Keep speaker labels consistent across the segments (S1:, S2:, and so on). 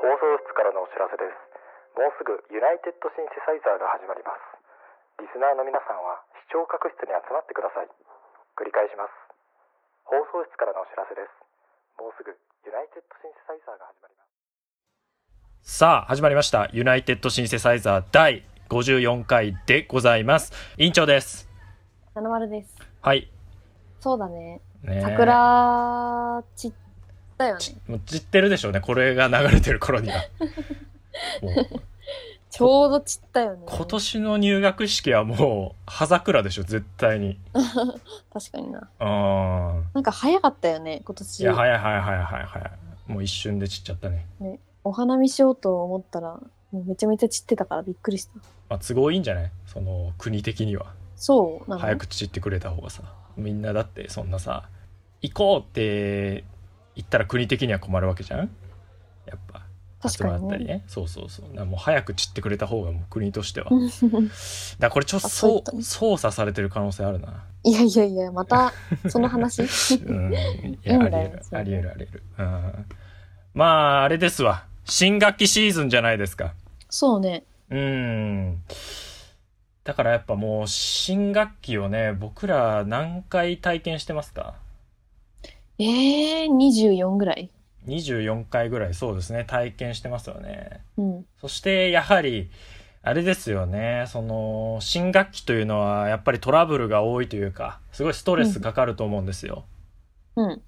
S1: 放送室からのお知らせですもうすぐユナイテッドシンセサイザーが始まりますリスナーの皆さんは視聴覚室に集まってください繰り返します放送室からのお知らせですもうすぐユナイテッドシンセサイザーが始まります
S2: さあ、始まりました。ユナイテッドシンセサイザー第54回でございます。委員長です。
S3: 七丸です。
S2: はい。
S3: そうだね。
S2: ねえ
S3: 桜散ったよね。
S2: もう散ってるでしょうね。これが流れてる頃には。もう
S3: ちょうど散ったよね。
S2: 今年の入学式はもう、葉桜でしょ、絶対に。
S3: 確かにな。
S2: うーん。
S3: なんか早かったよね、今年。
S2: いや、早い早い早い早い早い。もう一瞬で散っちゃったね。
S3: お花見しようと思ったら、もうめちゃめちゃ散ってたからびっくりした。
S2: まあ、都合いいんじゃないその、国的には。
S3: そうなの
S2: 早く散ってくれた方がさ。みんなだって、そんなさ、行こうって言ったら国的には困るわけじゃんやっぱ。
S3: 確
S2: 集ま
S3: か
S2: っ
S3: に
S2: たり
S3: ね。
S2: ねそうそうそうだからもう早く散ってくれた方がもう国としてはだ
S3: う
S2: か
S3: ん
S2: らこれちょっと
S3: あそうい
S2: そ
S3: ったね
S2: 操作されてる可能性ある な
S3: いやいやいや、またその 話。
S2: うんい
S3: いい
S2: や
S3: ん
S2: あり
S3: だよ
S2: える
S3: そう
S2: ありえるありえるうんまああれですわ新学期シーズンじゃないですか
S3: そうね。
S2: うんだからやっぱもう新学期をね僕ら何回体験してますか
S3: えー、24ぐらい。
S2: 24回ぐらいそうですね体験してますよね
S3: うん。
S2: そしてやはり、あれですよね、その、新学期というのはやっぱりトラブルが多いというか、すごいストレスかかると思うんですよ。
S3: うん。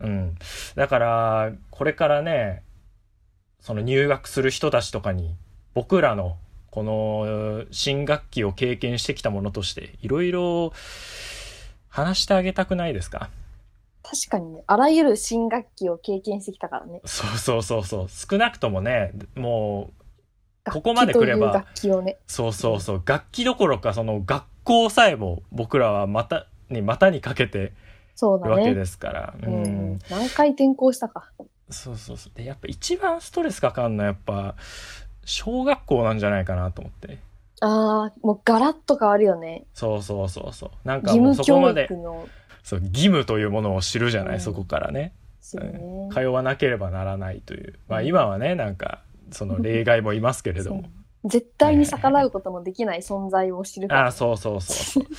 S2: うん。だから、これからね、その入学する人たちとかに、僕らの、この、新学期を経験してきたものとして、いろいろ、話してあげたくないですか
S3: 確かにね、あらゆる新学期を経験してきたからね。
S2: そうそうそうそう。少なくともね、もう、ここまで来れば
S3: 楽器という楽器をね。
S2: そうそうそう。楽器どころか、その学校さえも僕らはまた、に、股にかけて
S3: そう
S2: る
S3: だ
S2: わけ
S3: ね。
S2: ですから。う。
S3: うんん。何回転校したか。
S2: そうそうそう。で、やっぱ一番ストレスかかんのはやっぱ、小学校なんじゃないかなと思って。
S3: ああ、もうガラッと変わるよね。
S2: そうそうそうそう。なんか
S3: 義
S2: もう
S3: 務
S2: そこ
S3: 教
S2: まで
S3: 育、の。
S2: そう、義務というものを知るじゃない、
S3: うん
S2: そこからね。
S3: そうね。
S2: 通わなければならないという。まあ
S3: うん
S2: 今はね、なんか、その例外もいますけれども。
S3: そう絶対に逆らうことのできない存在を知るから。
S2: ああ、そうそうそうそう。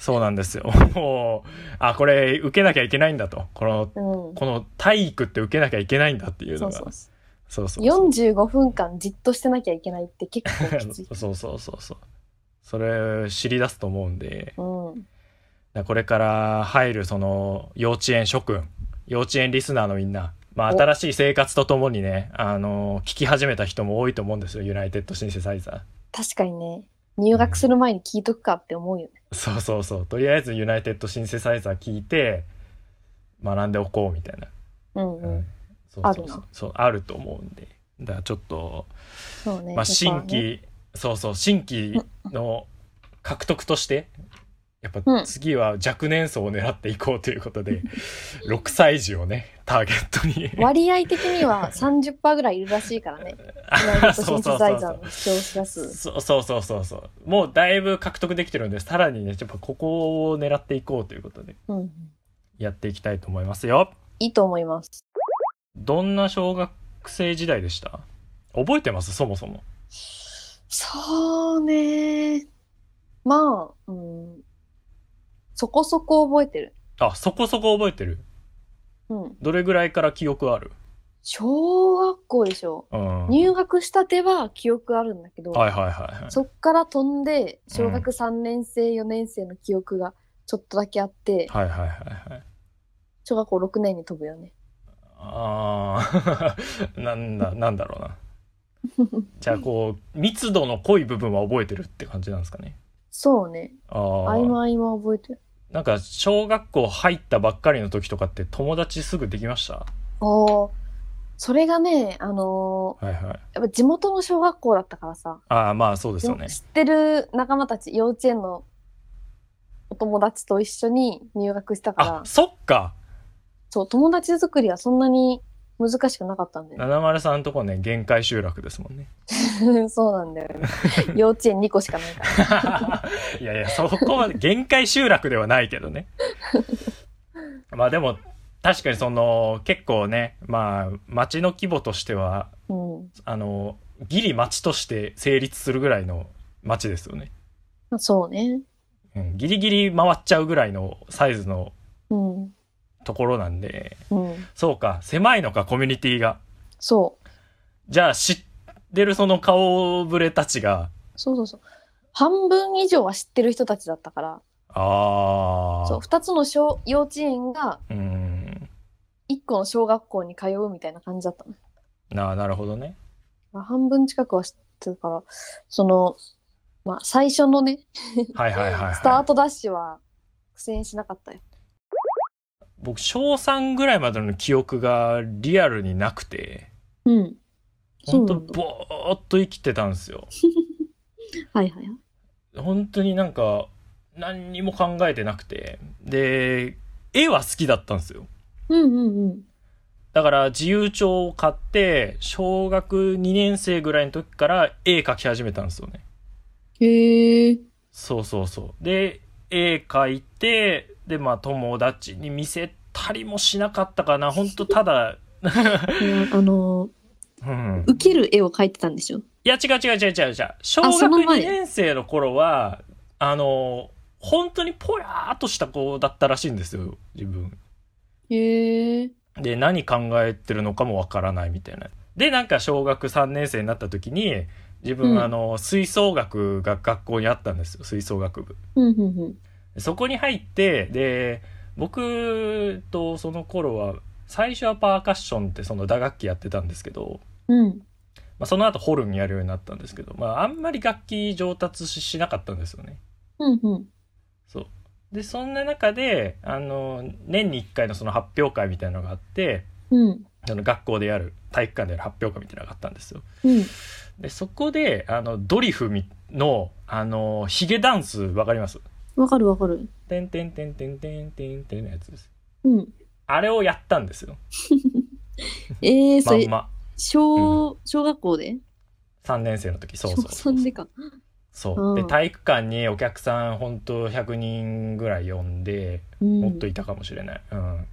S2: そうなんですよ。もう、あ、これ受けなきゃいけないんだと。この
S3: うん。
S2: この体育って受けなきゃいけないんだっていう
S3: そ
S2: の
S3: う
S2: が
S3: そう。
S2: そうそうそう。。
S3: 45分間じっとしてなきゃいけないって結構きつい
S2: そうそうそうそう。それ知り出すと思うんで、
S3: う
S2: だ
S3: ん。
S2: からこれから入るその幼稚園諸君、幼稚園リスナーのみんな、まあ
S3: お
S2: 新しい生活とともにね、あの、聞き始めた人も多いと思うんですよ、ユナイテッドシンセサイザ
S3: 確かにね、入学する前に聞いとくかって思うよね。
S2: ー。そうそうそう。とりあえずユナイテッドシンセサイザー聞いて、学んでおこうみたいな。
S3: うんうん。
S2: そうそうそう。そう、あると思うんで。だからちょっと、
S3: そうね。
S2: まあ、
S3: やっ
S2: 新
S3: ぱね
S2: 規、そうそう新規の獲得としてやっ
S3: う
S2: ぱ
S3: ん
S2: 次は若年層を狙っていこうということ で、6歳児をねターゲットに
S3: 割合的には30%ぐらいいるらしいからね。ナイト シ
S2: そう
S3: ン
S2: そ
S3: セ
S2: うそ
S3: サ
S2: う
S3: イザーの視聴者数。
S2: そうそうそうそうそうもうだいぶ獲得できてるんでさらにねやっぱここを狙っていこうということで
S3: うん。
S2: やっていきたいと思いますよ
S3: いいと思います。
S2: どんな小学生時代でした覚えてますそもそも
S3: そうね。まあ、うん。そこそこ覚えてる。
S2: あそこそこ覚えてる
S3: うん。
S2: どれぐらいから記憶ある
S3: 小学校でしょ。
S2: うんはい
S3: 入学したては記憶あるんだけど、
S2: はいはいはい
S3: そっから飛んで、小学3年生、4年生の記憶がちょっとだけあって、
S2: はいはいはいはい
S3: 小学校6年に飛ぶよね。
S2: ああ、 なんだ、なんだろうな。 じゃあ、こう、密度の濃い部分は覚えてるって感じなんですかね。
S3: そうね。
S2: あ
S3: 合
S2: あ。
S3: 間合間覚えてる。
S2: なんか、小学校入ったばっかりの時とかって友達すぐできました
S3: おーそれがね、あの
S2: はいはい。
S3: ーやっぱ地元の小学校だったからさ、
S2: ああ、まあそうですよね。
S3: 知ってる仲間たち、幼稚園のお友達と一緒に入学したか
S2: あ
S3: ら、、
S2: そっか
S3: そう、友達作りはそんなに難しくなかったんだよね。
S2: 七丸さんとこね、限界集落ですもんね。
S3: そうなんだよ ね。幼稚園2個しかないから。
S2: い やいや、そこまで、限界集落ではないけどね。まあでも、確かにその結構ねまあ町の規模としては
S3: うん
S2: あのギリ町として成立するぐらいの町ですよね、
S3: まあ。そうね。
S2: うん、ギリギリ回っちゃうぐらいのサイズの
S3: うん。
S2: ところなんで
S3: うん。
S2: そうか狭いのかコミュニティが
S3: そう。
S2: じゃあ知ってるその顔ぶれたちが
S3: そうそうそう。半分以上は知ってる人たちだったから、
S2: あ
S3: そう、
S2: あ
S3: 二つの小幼稚園が
S2: うん
S3: 一個の小学校に通うみたいな感じだったの。
S2: ななるほどね
S3: まあ半分近くは知ってるから、その、まあ、最初のね、
S2: はいはいはい、はい、
S3: スタートダッシュは苦戦しなかったよ。
S2: 僕小3ぐらいまでの記憶がリアルになくて
S3: うん。
S2: 本当
S3: そうなんだ
S2: ぼーっと生きてたんですよ
S3: はいはいはい。
S2: 本当になんか何にも考えてなくてで絵は好きだったんですよ
S3: うんうんうん。
S2: だから自由帳を買って小学2年生ぐらいの時から絵描き始めたんですよね
S3: へえ。
S2: そうそうそうで絵描いてでまあ友達に見せたりもしなかったかな本当ただ
S3: あの
S2: うん
S3: ー、受ける絵を描いてたんでしょ
S2: いや、違う違う違う違う違う。小学
S3: その
S2: 2
S3: 前
S2: 年生の頃は、あの、本当にぽやーっとした子だったらしいんですよ、自分。
S3: へえ。
S2: で、何考えてるのかもわからないみたいな。で、なんか小学3年生になった時に、自分、
S3: うん
S2: あの、吹奏楽が学校にあったんですよ、吹奏楽部。
S3: うんうんうん。
S2: そこに入って、で、僕とその頃は、最初はパーカッションってその打楽器やってたんですけど、
S3: うん。
S2: まあ、その後ホルンやるようになったんですけど、まあ、あんまり楽器上達ししなかったんですよね。
S3: うんうん。
S2: そうでそんな中であの年に1回のその発表会みたいなのがあって
S3: うん。
S2: あの学校でやる体育館でやる発表会みたいなのがあったんですよ。
S3: うん。
S2: でそこであのドリフみのあのヒゲダンスわかります
S3: わかるわかる。
S2: てんてんてんてんてんてんてんのやつです。
S3: うん。
S2: あれをやったんですよ。
S3: ええー、そ
S2: まん
S3: れ、
S2: ま
S3: 小、小学校で
S2: 3年生の時そうそうそう
S3: 小3でか。
S2: そうで
S3: うん
S2: 体育館にお客さん本当100人ぐらい呼んで
S3: うん。
S2: もっといたかもしれない。うん、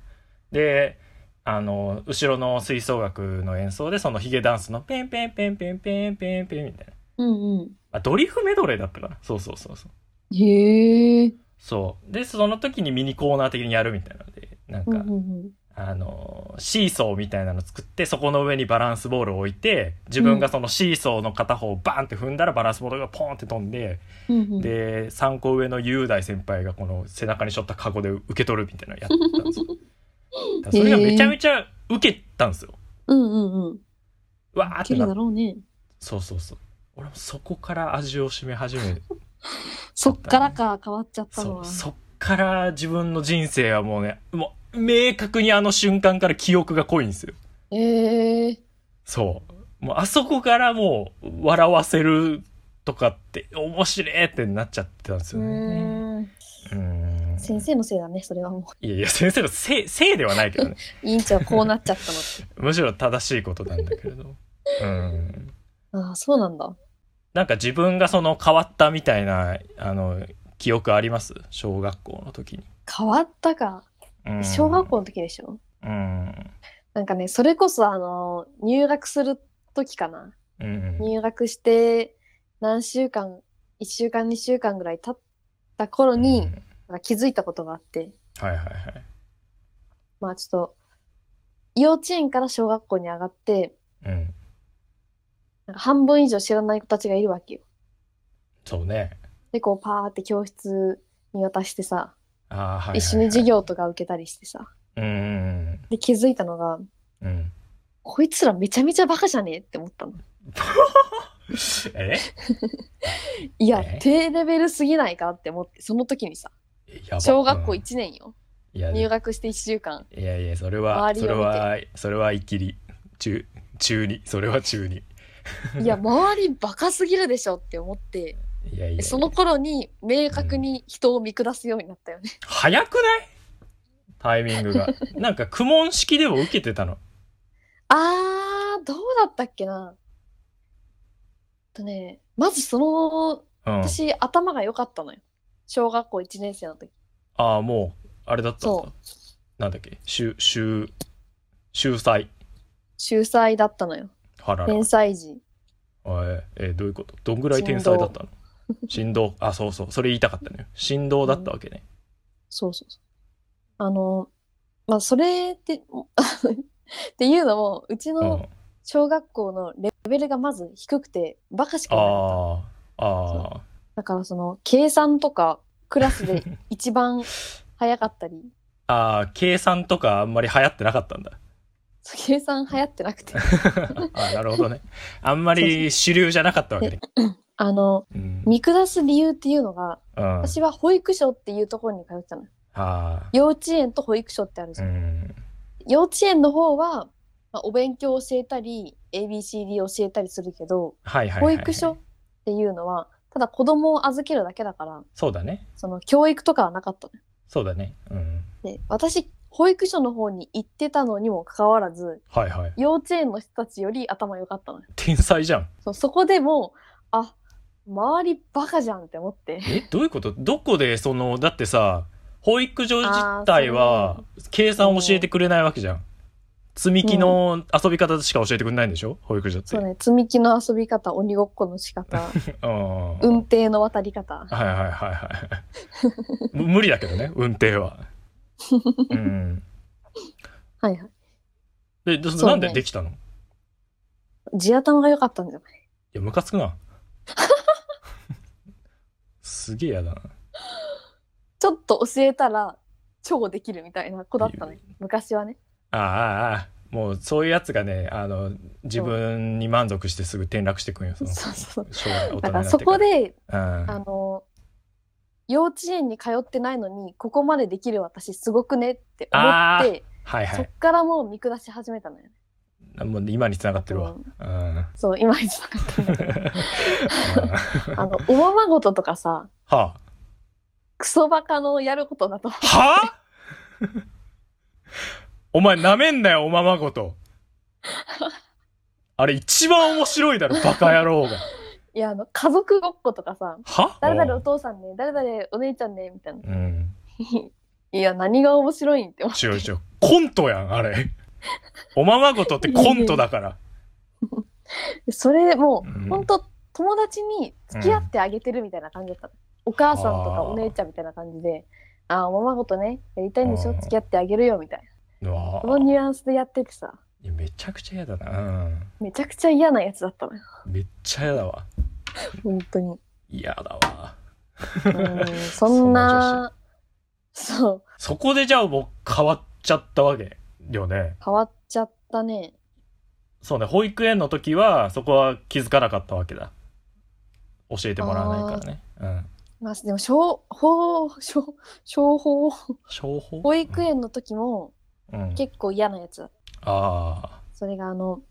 S2: であの後ろの吹奏楽の演奏でそのヒゲダンスのペンペンペンペンペンペンペンみたいな
S3: うんう。
S2: あドリフメドレーだったかなそうそうそうそうん
S3: へえ。
S2: そうでその時にミニコーナー的にやるみたいなのでなんか、
S3: うんうん
S2: あのシーソーみたいなの作ってそこの上にバランスボールを置いて自分がそのシーソーの片方をバンって踏んだらバランスボールがポンって飛んで、
S3: うん。うんうん、
S2: で3個上の雄大先輩がこの背中に背負ったカゴで受け取るみたいなのやったんです よだからそれがめちゃめちゃ受けたんですよ、
S3: うんうんうん。
S2: わーって
S3: ける
S2: な
S3: だろうね。
S2: そうそうそう俺もそこから味を 占め始め
S3: そっからか、変わっちゃったの
S2: そ
S3: は
S2: う。そっから自分の人生はもうねもう明確にあの瞬間から記憶が濃いんですよ
S3: ええ。
S2: そうもうあそこからもう笑わせるとかって面白えってなっちゃってたんです
S3: う
S2: よね
S3: ーん。
S2: うん
S3: 先生のせいだね、それはも
S2: いやいや先生のせいせいではないけどね
S3: う。委員長はこうなっちゃったのって。
S2: むしろ正しいことなんだけれど。うん。
S3: ああ、そうなんだ。
S2: なんか自分がその変わったみたいな、あの、記憶あります小学校の時に。
S3: 変わったか。
S2: うん
S3: 小学校の時でしょ
S2: うん。
S3: なんかね、それこそ、あの、入学する時かな。
S2: うん。
S3: 入学して、何週間、1週間、2週間ぐらい経った頃に
S2: うん、
S3: なんか気づいたことがあって、
S2: はいはいはい。
S3: まあちょっと、幼稚園から小学校に上がって、
S2: うん。
S3: なんか半分以上知らない子たちがいるわけよ。
S2: そうね。
S3: で、こう、パーって教室に渡してさ、
S2: ああ、はいはい、はい。
S3: 一緒に授業とか受けたりしてさ。
S2: うん。うん
S3: で、気づいたのが、
S2: うん。うん。
S3: こいつらめちゃめちゃバカじゃねえって思ったの。
S2: え
S3: いや
S2: え、
S3: 低レベルすぎないかって思って、その時にさ、
S2: やば
S3: 小学校
S2: うん
S3: 1年よ。
S2: いや
S3: 入学して1週間。
S2: いやいや、それは、
S3: 周
S2: そ
S3: り
S2: れ
S3: を見て
S2: は、それは一きり。中、中に。それは中に。
S3: いや、周りバカすぎるでしょって思って、
S2: いやいやいや。
S3: その頃に明確に人を見下すようになったよね。
S2: 早くないタイミング が。なんか、苦問式でも受けてたの。
S3: あー、どうだったっけな。とね、まずその、
S2: うん。
S3: 私、頭が良かったのよ。小学校1年生の時。
S2: ああ、もう、あれだったんだ
S3: そ
S2: なんだっけ、秀、秀、秀才。
S3: 秀才だったのよ。
S2: はらら。
S3: 天才児。
S2: あええどういうことどんぐらい天才だったの振動。あ、そうそう。それ言いたかったのよ。振動だったわけね。
S3: そうそうそう。あの、まあ、それって、 っていうのも、うち
S2: うん。
S3: の小学校のレベルがまず低くて、バカしかいなかった。
S2: ああ、ああ。
S3: だからその、計算とか、ク ラスで一番早かったり、
S2: ああ、計算とかあんまり流行ってなかったんだ。
S3: 計算流行ってなくて。
S2: あなるほどね。あんまり主流じゃなかったわけね。
S3: あの、
S2: うん。
S3: 見下す理由っていうのが、
S2: うん、あ
S3: 私は保育所っていうところに通ってたの。
S2: あ。
S3: 幼稚園と保育所ってあるじ
S2: う
S3: ゃん。
S2: ん。
S3: 幼稚園の方は、まあ、お勉強を教えたり、ABCD を教えたりするけど、
S2: はいはい、
S3: 保
S2: はい。
S3: 育所っていうのは、ただ子供を預けるだけだから、
S2: そうだね。
S3: その教育とかはなかった
S2: そうだね。うん。
S3: のよで、私、保育所の方に行ってたのにもかかわらず、
S2: はいはい。
S3: 幼稚園の人たちより頭良かったのよ
S2: 天才じゃん。
S3: そうそこでもう、あ、周りバカじゃんって思って。
S2: え、どういうことどこで、その、だってさ、保育所自体
S3: あ
S2: は
S3: ー、
S2: 計算を教えてくれないわけじゃん。積み木の遊び方しか教えてくれないんでしょ保育所って。
S3: そうね、積み木の遊び方、鬼ごっこの 仕方、
S2: うん。
S3: 運転の渡り方。
S2: はいはいはいはい。む 無理だけどね、運転 は。うん。
S3: はいはい。
S2: で、でそ
S3: そう
S2: な
S3: ね
S2: んでできたのい
S3: 地頭が良かったんじゃない
S2: や、ムカつく な。すげえやだな。
S3: ちょっと教えたら、超できるみたいな子だったね。昔はね。
S2: ああああ、もうそういうやつがね、あの、自分に満足してすぐ転落してくんよ、そ
S3: そう
S2: の。
S3: そう。
S2: 将来大人
S3: だ
S2: にな
S3: か
S2: っ
S3: ら
S2: て
S3: そこで、
S2: うん
S3: あの、幼稚園に通ってないのに、ここまでできる私すごくねって思
S2: あ
S3: って
S2: ー、はいは
S3: そっ
S2: い。
S3: からもう見下し始めたのよね。
S2: もう今に繋がってるわ
S3: う。ん
S2: うん。
S3: そう、今につながってんだけど。 あ
S2: は
S3: の、おままごととかさ、
S2: あ。
S3: クソバカのやることだと思う。
S2: はあお前なめんなよ、おままご と。あれ一番面白いだろ、バカ野郎が。
S3: いや、あの、家族ごっことかさ、
S2: は
S3: 誰々お父さんね、誰々お姉ちゃんね、みたいな。
S2: うん。
S3: いや、何が面白いんって思う。
S2: 違う違う。コントやん、あれ。おままごとってコントだから。
S3: それ、もう、
S2: うん
S3: ほんと、友達に付き合ってあげてるみたいな感じだったの。お母さんとかお姉ちゃんみたいな感じで、ああ、おままごとね、やりたいんでしょ
S2: うん
S3: 付き合ってあげるよ、みたいな。
S2: うわ
S3: この
S2: ぁ
S3: ニュアンスでやっててさ、
S2: いやめちゃくちゃ嫌だな。
S3: めちゃくちゃ嫌なやつだったのよ。
S2: うん。めっちゃ嫌だわ。
S3: 本当に。
S2: 嫌だわ。
S3: うん、 そんな、そう、
S2: そこでじゃあもう変わっちゃったわけよね。
S3: 変わっちゃったね。
S2: そうね、保育園の時はそこは気づかなかったわけだ。教えてもらわないからね。うん。
S3: まあ、でも、小、ほう、小、小法、
S2: 商法
S3: 保育園の時も
S2: うん、
S3: 結構嫌なやつだった。
S2: あ
S3: それが、あの、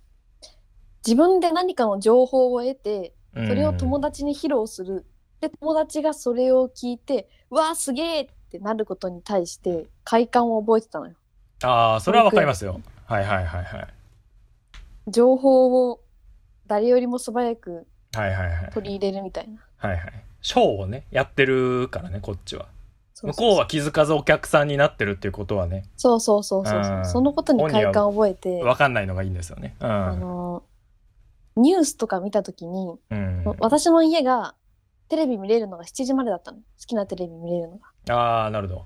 S3: 自分で何かの情報を得て、
S2: あ。
S3: それを友
S2: 達。
S3: 達に披露する。で、友達がそれを聞いて、うわあ、すげえってなることに対して、快感を覚えてたのよ。
S2: ああ、それはわかりますよ。はいはいはいはい。
S3: 情報を誰よりも素早く
S2: はいはいはい。
S3: 取り入れるみたいな。
S2: はいはい。ショーをね、やってるからね、こっちは。
S3: そ
S2: 向
S3: そそ
S2: こうは気づかずお客さんになってるっていうことはね、
S3: そうそうそうそうそうう。
S2: ん
S3: そのことに快感を覚えて、
S2: わかんないのがいいんですよね。う
S3: あ
S2: ん。
S3: の、ニュースとか見たときに、
S2: うん、
S3: 私の家がテレビ見れるのが7時までだったの。好きなテレビ見れるのが。
S2: ああ、なるほど。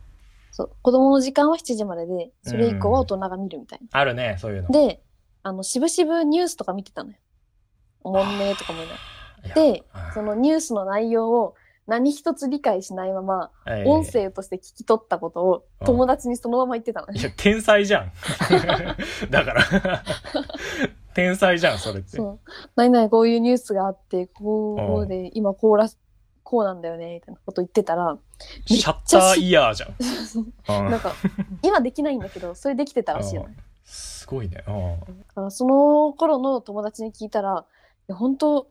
S3: そう。子供の時間は7時までで、それ以降は大人が見るみたいな。
S2: あるね、そういうの。
S3: で、あの、しぶしぶニュースとか見てたのよ。おもんねーとかもいない。
S2: いや
S3: で
S2: あー
S3: そのニュースの内容を何一つ理解しないまま、
S2: ええ
S3: 音声として聞き取ったことを
S2: うん
S3: 友達にそのまま言ってたの
S2: い
S3: ね。
S2: や、天才じゃん。 だから。天才じゃん、それって。
S3: そう。何々こういうニュースがあって、こう
S2: うん
S3: こうで、今こうら、こうなんだよね、みたいなこと言ってたら、
S2: シャッターイヤーじゃん。う
S3: なん
S2: ん、
S3: か、今できないんだけど、それできてたらしいのね。
S2: すごいね。うん
S3: だからその頃の友達に聞いたら、いや本当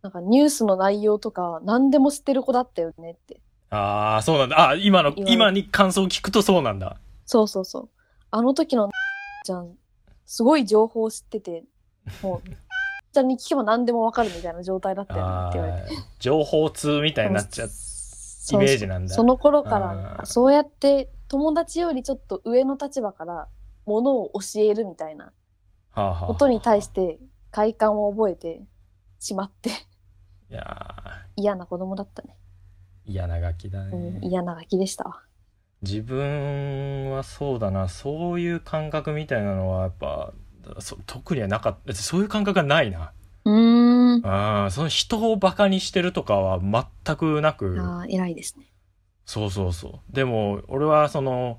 S3: なんかニュースの内容とか何でも知ってる子だったよねって。
S2: ああ、そうなんだ。あ今の、
S3: 言われ
S2: 今に感想を聞くとそうなんだ。
S3: そうそうそう。あの時のちゃん、すごい情報を知ってて、もう、ちゃんに聞けば何でもわかるみたいな状態だったよねっ
S2: あ
S3: て言われて。
S2: ー情報通みたいになっちゃう。
S3: そう
S2: イメージなんだ
S3: その頃から
S2: あー
S3: そうやって友達よりちょっと上の立場からものを教えるみたいな
S2: はあはあはあ
S3: ことに対して快感を覚えてしまって
S2: いや
S3: 嫌な子供だったね、
S2: ー嫌なガキだね、
S3: うん、嫌なガキでしたわ
S2: 自分はそうだなそういう感覚みたいなのはやっぱそ特にはなかったそういう感覚がないな
S3: うーん
S2: あーその人をバカにしてるとかは全くなく
S3: ああ偉いですね
S2: そうそうそうでも俺はその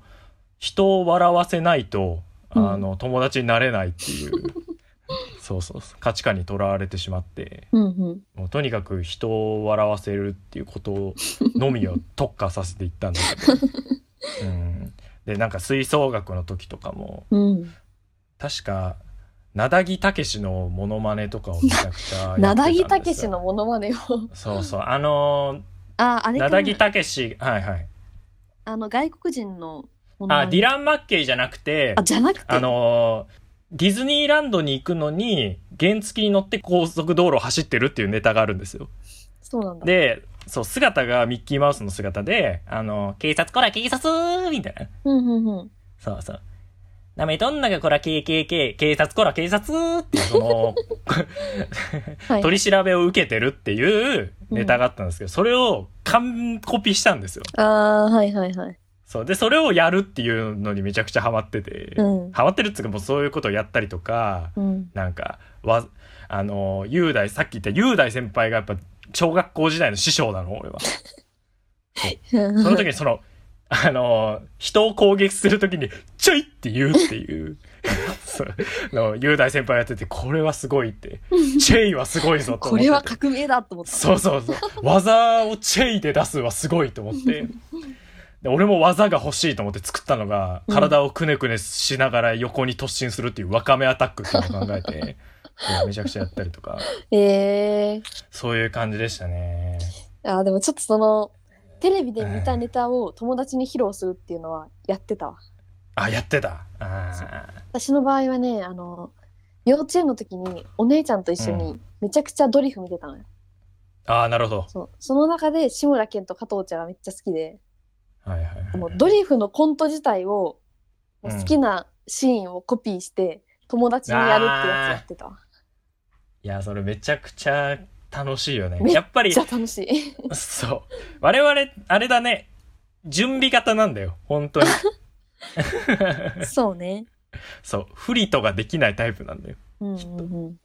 S2: 人を笑わせないとあの、友達になれないって いうそうそうそう価値観にとらわれてしまって
S3: うんうん
S2: もうとにかく人を笑わせるっていうことのみを特化させていったんだけど、うん、でなんか吹奏楽の時とかも
S3: うん
S2: 確かなだぎたけしのモノマネとかをめちゃくちゃやってたんですよ
S3: なだぎたけしのモノマネを
S2: そうそうあの
S3: あああれか
S2: な
S3: な
S2: だぎたけしはいはい
S3: あの外国人のモノマ
S2: あ
S3: ネ
S2: ディラン・マッケイじゃなくて
S3: あじゃなくて
S2: あのーディズニーランドに行くのに原付に乗って高速道路を走ってるっていうネタがあるんですよ
S3: そうなんだ
S2: でそう姿がミッキーマウスの姿で「あの警察こら警察!」みたいな
S3: うんうんうん
S2: そうそうなめとんながこら KKK 警察こら警察っていうそ の
S3: はい
S2: 取り調べを受けてるっていうネタがあったんですけど、それを完コピしたんですよ
S3: ああーはいはいはい
S2: そうでそれをやるっていうのにめちゃくちゃハマってて、
S3: うん
S2: ハマってるっつうかもうそういうことをやったりとか
S3: うん
S2: なんかわあの雄大さっき言った雄大先輩がやっぱ小学校時代の師匠なの俺は
S3: そ
S2: その時にその あの人を攻撃する時に「ちょい!」って言うっていう そうの雄大先輩がやっててこれはすごいって「チェイはすごいぞ」と思
S3: こ
S2: ってて
S3: れは革命だと思った
S2: そうそうそう技をチェイで出すはすごいと思ってで俺も技が欲しいと思って作ったのが
S3: うん
S2: 体をくねくねしながら横に突進するっていうわかめアタックっていうのを考えてそうめちゃくちゃやったりとか
S3: ええ
S2: そういう感じでしたね
S3: あーでもちょっとそのテレビで見たネタを友達に披露するっていうのはやってたわ
S2: あやってたあ
S3: 私の場合はねあの幼稚園の時にお姉ちゃんと一緒にめちゃくちゃドリフ見てたのよ、
S2: ーあーなるほど
S3: そうその中で志村けんと加藤茶がめっちゃ好きで
S2: はいはいはい
S3: もうドリフのコント自体をもう好きなシーンをコピーして友達にやるってやつやってたわ
S2: いやそれめちゃくちゃ楽しいよね
S3: めっちゃ
S2: やっぱり
S3: めっちゃ楽しい
S2: そう我々あれだね準備型なんだよ本当に
S3: そうね
S2: そうフリとかできないタイプなんだよ
S3: うんうんうん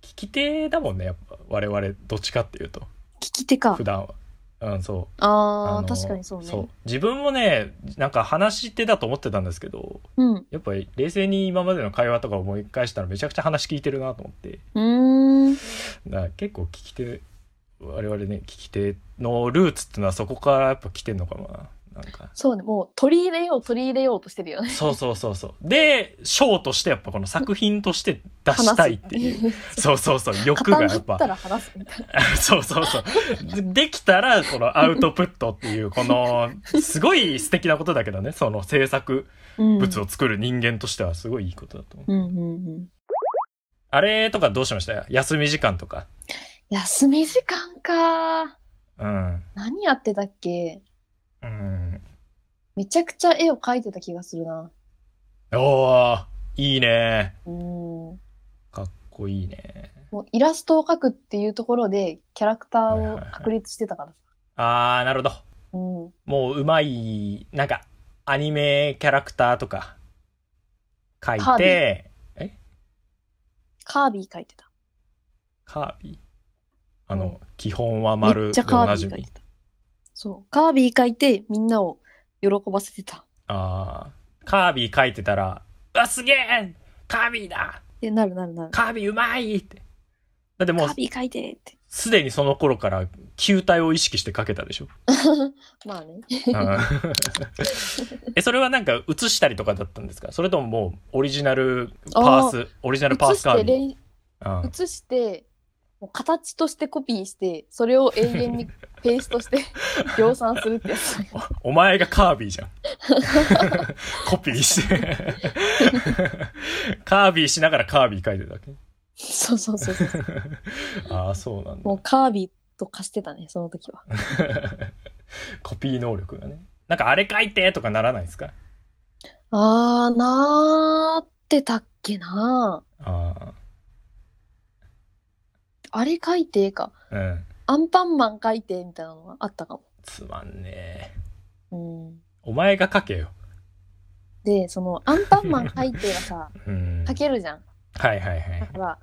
S2: 聞き手だもんねやっぱ我々どっちかっていうと
S3: 聞き手か
S2: 普段は。うん、そう
S3: あ
S2: あ
S3: ー
S2: の
S3: 確かにそうね
S2: 自分もねなんか話し手だと思ってたんですけど
S3: うん
S2: やっぱり冷静に今までの会話とか思い返したらめちゃくちゃ話聞いてるなと思って
S3: うーん
S2: だから結構聞き手我々ね聞き手のルーツっていうのはそこからやっぱ来てんのかもななんか
S3: そうねもう取り入れよう取り入れようとしてるよね
S2: そうそうそうそうで賞としてやっぱこの作品として出したいっていう
S3: う
S2: そうそうそう欲がや
S3: 傾
S2: っ
S3: っ
S2: ぱ
S3: たら話すみたいな
S2: そうそうそう。でできたら、このアウトプットっていう、この、すごい素敵なことだけどね、その制作
S3: うん
S2: 物を作る人間としてはすごいいいことだと思う。
S3: うんうんうん
S2: あれとかどうしました休み時間とか。
S3: 休み時間か
S2: うん。
S3: 何やってたっけ
S2: うん。
S3: めちゃくちゃ絵を描いてた気がするな
S2: おー、いいね。
S3: うんも
S2: かっこいいね。
S3: うイラストを描くっていうところでキャラクターを確立してたからさ
S2: あー、なるほど。
S3: うん
S2: もう、うまい、なんか、アニメキャラクターとか、書い
S3: カービ
S2: て、
S3: カービィ描いてた
S2: カービィあの、
S3: うん
S2: 基本は
S3: めっ
S2: 丸
S3: ち
S2: で
S3: ゃカ
S2: おな
S3: ービ
S2: じ
S3: ィ描い
S2: み
S3: て。たそうカービィ描いてみんなを喜ばせてた
S2: ああ、カービィ書いてたら、うわ、すげえカービィだ
S3: でなるなるなる
S2: カービィうまいって。だってもう
S3: カー、ビィ描いてって
S2: すでにその頃から、球体を意識して書けたでし ょ。
S3: まあね
S2: うん え、それはなんか映したりとかだったんですかそれとももう、オリジナルパース、オリジナルパー
S3: 写
S2: ス
S3: し
S2: カー
S3: て
S2: ビィ。
S3: 練
S2: うん
S3: 写してもう形としてコピーしてそれを永遠にペース トして量産するってやつ
S2: お前がカービィじゃん。 コピーして。 カービィしながらカービィ書いてたわけ。
S3: そうそうそうそう
S2: ああ、そうなんだ
S3: も。うカービィと化してたねその時は
S2: コピー能力がね。なんかあれ書いてとかならないですか
S3: あー、なーってたっけな。
S2: あ
S3: あれ書いてか。
S2: あ、うん。
S3: アンパンマン書いてみたいなのがあったか
S2: つまんねえ。
S3: も。うん。
S2: お前が書けよ。
S3: で、その、アンパンマン書いて がさ、
S2: うん。
S3: 書けるじゃん。
S2: はいはいはい
S3: だ。から、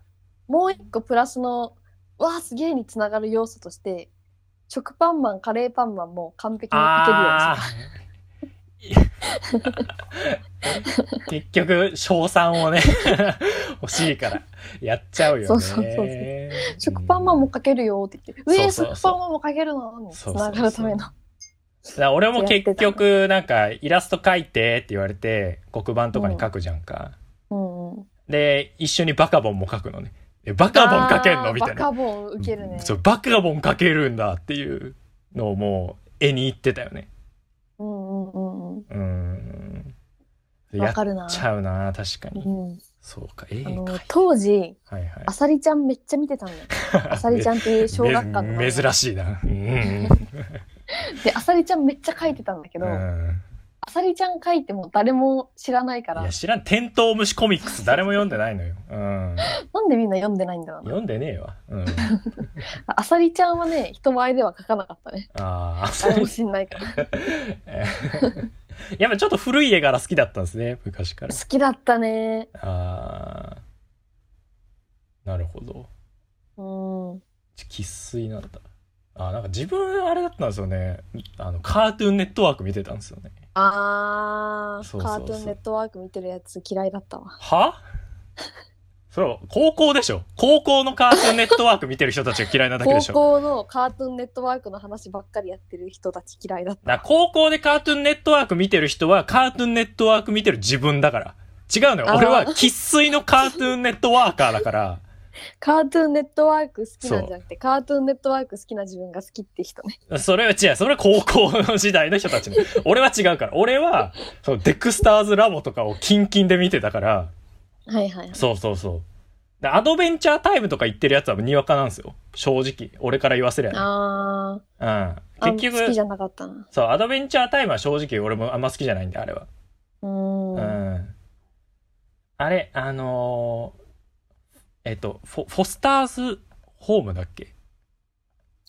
S3: もう一個プラスの、わあ、すげえにつながる要素として、食パンマン、カレーパンマンも完璧に書けるように
S2: ああ。 結局、賞賛をね、 欲しいから、やっちゃうよね。
S3: そうそうそうそう食パンマンも書けるよって言って、うえ
S2: そうそうそう
S3: 食パンマンも書けるのにつ
S2: そうそうそう
S3: ながるための。
S2: だから俺も結局、なんか、イラスト描いてって言われて、黒板とかに書くじゃんか。
S3: うんうん。
S2: で、一緒にバカボンも書くのね。えバカボン書けん
S3: あ
S2: の
S3: ー
S2: みたい
S3: バ
S2: な。
S3: カボン受けるね。
S2: そう、バカボン書けるんだっていうのをもう、絵に言ってたよね。
S3: うんうんうんう
S2: うん。
S3: ん。
S2: や
S3: わ
S2: っ
S3: かるな。
S2: ちゃうな、確か
S3: う
S2: に。
S3: ん。
S2: そうか、絵
S3: あ
S2: か
S3: の、。当時、
S2: はいはい
S3: あ。さりちゃんめっちゃ見て たのよ。あさりちゃんっていう小学館の漫
S2: め
S3: 画
S2: 珍しいな。うん
S3: で、あさりちゃんめっちゃ書いてたんだけ
S2: うん。
S3: ど、
S2: うん
S3: あさりちゃん書いても誰も知らないか
S2: い
S3: ら
S2: や、、知らん。テントウムシコミックス誰も読んでないのよ。うん。
S3: なんでみんな読んでないんだろうな。
S2: 読んでねえわ。うん。
S3: あさりちゃんはね、人前では書かなかったね。
S2: ああ、 そう
S3: 誰も知んないから。 好
S2: えーやっぱちょっと古い絵柄好きだったんですね、昔から。
S3: きだったね。
S2: ああ。なるほど。
S3: うん。
S2: 生粋なんだ。あーなんか自分あれだったんですよね。あの、カートゥーンネットワーク見てたんですよね。
S3: あー
S2: そうそうそう
S3: カートゥーンネットワーク見てるやつ嫌いだったわ。
S2: はそれ、高校でしょ高校のカートゥーンネットワーク見てる人たちが嫌いなだけで
S3: 高
S2: しょ
S3: 校のカートゥーンネットワークの話ばっかりやってる人たち嫌いだった。
S2: だから高校でカートゥーンネットワーク見てる人はカートゥーンネットワーク見てる自分だから。違うのよ。
S3: あー
S2: 俺は生粋のカートゥーンネットワーカーだから。
S3: カートゥーンネットワーク好きなんじゃなくて、カートゥーンネットワーク好きな自分が好きって人ね。
S2: それは違う。それは高校の時代の人 たちの。俺は違うから。俺は、そう、デクスターズラボとかをキンキンで見てたから。
S3: はいはいはい。
S2: そうそうそう。でアドベンチャータイムとか言ってるやつはにわかなんですよ。正直。俺から言わせりゃ
S3: あー
S2: ね。
S3: あ
S2: うん。結
S3: 好きじ
S2: 局、
S3: ゃなかったな。
S2: そう、アドベンチャータイムは正直俺もあんま好きじゃないんで、あれは。
S3: うーん。
S2: うんあれ、あのーえっと、フォ、フォスターズホームだっけ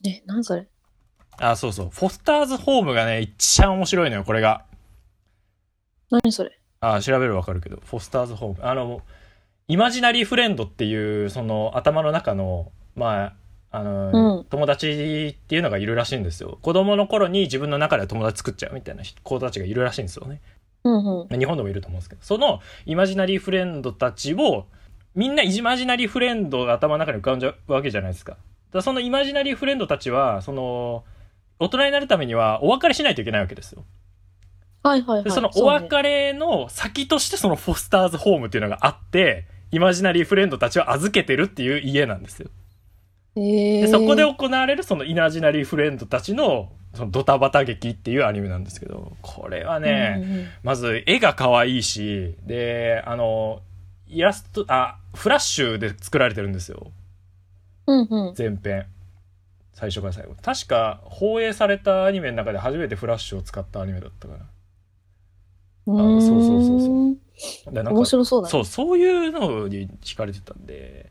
S3: え、なんそれ
S2: あ、そうそう。フォスターズホームがね、一番面白いのよ、これが。
S3: 何それ
S2: あ、調べるわかるけど。フォスターズホーム。あの、イマジナリーフレンドっていう、その、頭の中の、まあ、あの、
S3: うん
S2: 友達っていうのがいるらしいんですよ。子供の頃に自分の中で友達作っちゃうみたいな子たちがいるらしいんですよね。
S3: うんうん。
S2: 日本でもいると思うんですけど、そのイマジナリーフレンドたちを、みんなイマジナリーフレンドが頭の中に浮かんじゃうわけじゃないですか。だからそのイマジナリーフレンドたちは、その、大人になるためにはお別れしないといけないわけですよ。
S3: はいはいは
S2: で、
S3: い。
S2: そのお別れの先としてそのフォスターズホームっていうのがあって、イマジナリーフレンドたちを預けてるっていう家なんですよ。
S3: そうねえ
S2: で、
S3: ー
S2: そこで行われるそのイマジナリーフレンドたちの、そのドタバタ劇っていうアニメなんですけど、これはね、
S3: うんうん
S2: まず絵が可愛いし、で、あの、イラスト、あ、フラッシュで作られてるんですよ。
S3: うんうんうん。
S2: 前編。最初から最後。確か、放映されたアニメの中で初めてフラッシュを使ったアニメだったかな。
S3: ーん
S2: そうそうそうそでなんか
S3: 面白そうだね。
S2: そう、そういうのに惹かれてたんで。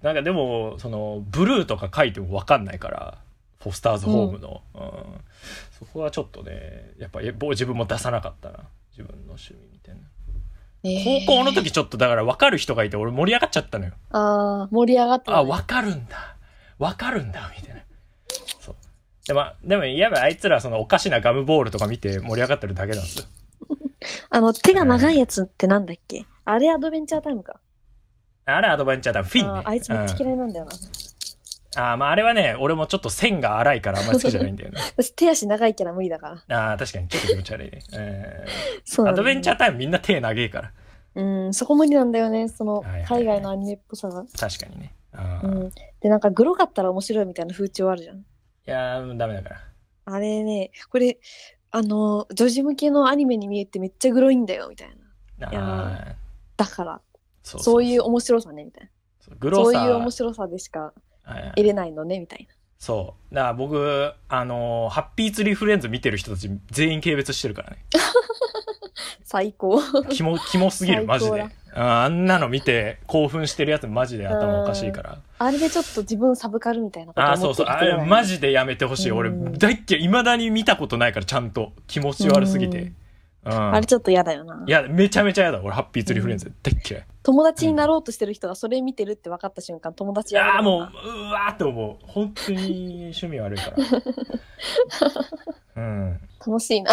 S2: なんかでも、その、ブルーとか書いてもわかんないから、フォスターズホームの。うん。そこはちょっとね、やっぱ、えぼ自分も出さなかったな。自分の趣味みたいな。
S3: えー
S2: 高校の時ちょっとだから分かる人がいて俺盛り上がっちゃったのよ。
S3: あー盛り上がったね。
S2: あ、分かるんだ。分かるんだ、みたいな。そう。でも、でも、いわばあいつらそのおかしなガムボールとか見て盛り上がってるだけなんですよ。
S3: あの、手が長いやつってなんだっけあれアドベンチャータイムか。
S2: あれアドベンチャーだ、フィン
S3: あ
S2: ね
S3: ー。あいつめっちゃ嫌いなんだよな。
S2: うんあーまああれはね、俺もちょっと線が荒いからあんまり好きじゃないんだ よね。
S3: 私手足長いキャラ無理だから。
S2: ああ、確かにちょっと気持ち悪いね。え
S3: そう
S2: ー
S3: な
S2: ア
S3: んだ
S2: ドベ
S3: よね
S2: ンチャータイムみんな手長えから。
S3: うん、そこ無理なんだよね。その
S2: はいはいはい
S3: 海外のアニメっぽさが。
S2: 確かにね。あーい
S3: うん。で、なんかグロかったら面白いみたいな風潮あるじゃん。
S2: やー、ダメだから。
S3: あれね、これ、あの、女子向けのアニメに見えてめっちゃグロいんだよみたいな。いやー
S2: あー
S3: だから、
S2: そ
S3: そういう
S2: う
S3: 面白さねみたいな。
S2: そう。グロ
S3: そう
S2: さ
S3: いう面白さでしか
S2: はいはい
S3: 得れないのねみたい
S2: そう。だから僕、あのーハッピーツリーフレンズ見てる人たち全員軽蔑してるから ね。
S3: 最高。
S2: キモ、キモすぎる、マジ
S3: 最
S2: で。
S3: 高
S2: うんあんなの見て興奮してるやつマジで頭おかしいから。
S3: あれでちょっと自分サブカルみたいなこと
S2: あ
S3: 思
S2: あ、
S3: って
S2: そう
S3: る
S2: そう。
S3: 人
S2: あれマ
S3: ジ
S2: ジでやめてほしい。俺、
S3: うん
S2: 大っ嫌い、未だに見たことないから、ちゃんと。気持ち悪すぎて。うん。。
S3: あれちょっと嫌だよない
S2: や、めちゃめちゃやだ。俺、ハッピーツリーフレンズ。大っ嫌い。
S3: 友達になろうとしてる人がそれ見てるって分かった瞬間、友達
S2: い
S3: やめる
S2: やーもう、うわーって思う。本当に趣味悪い から。うん。
S3: 楽しいな。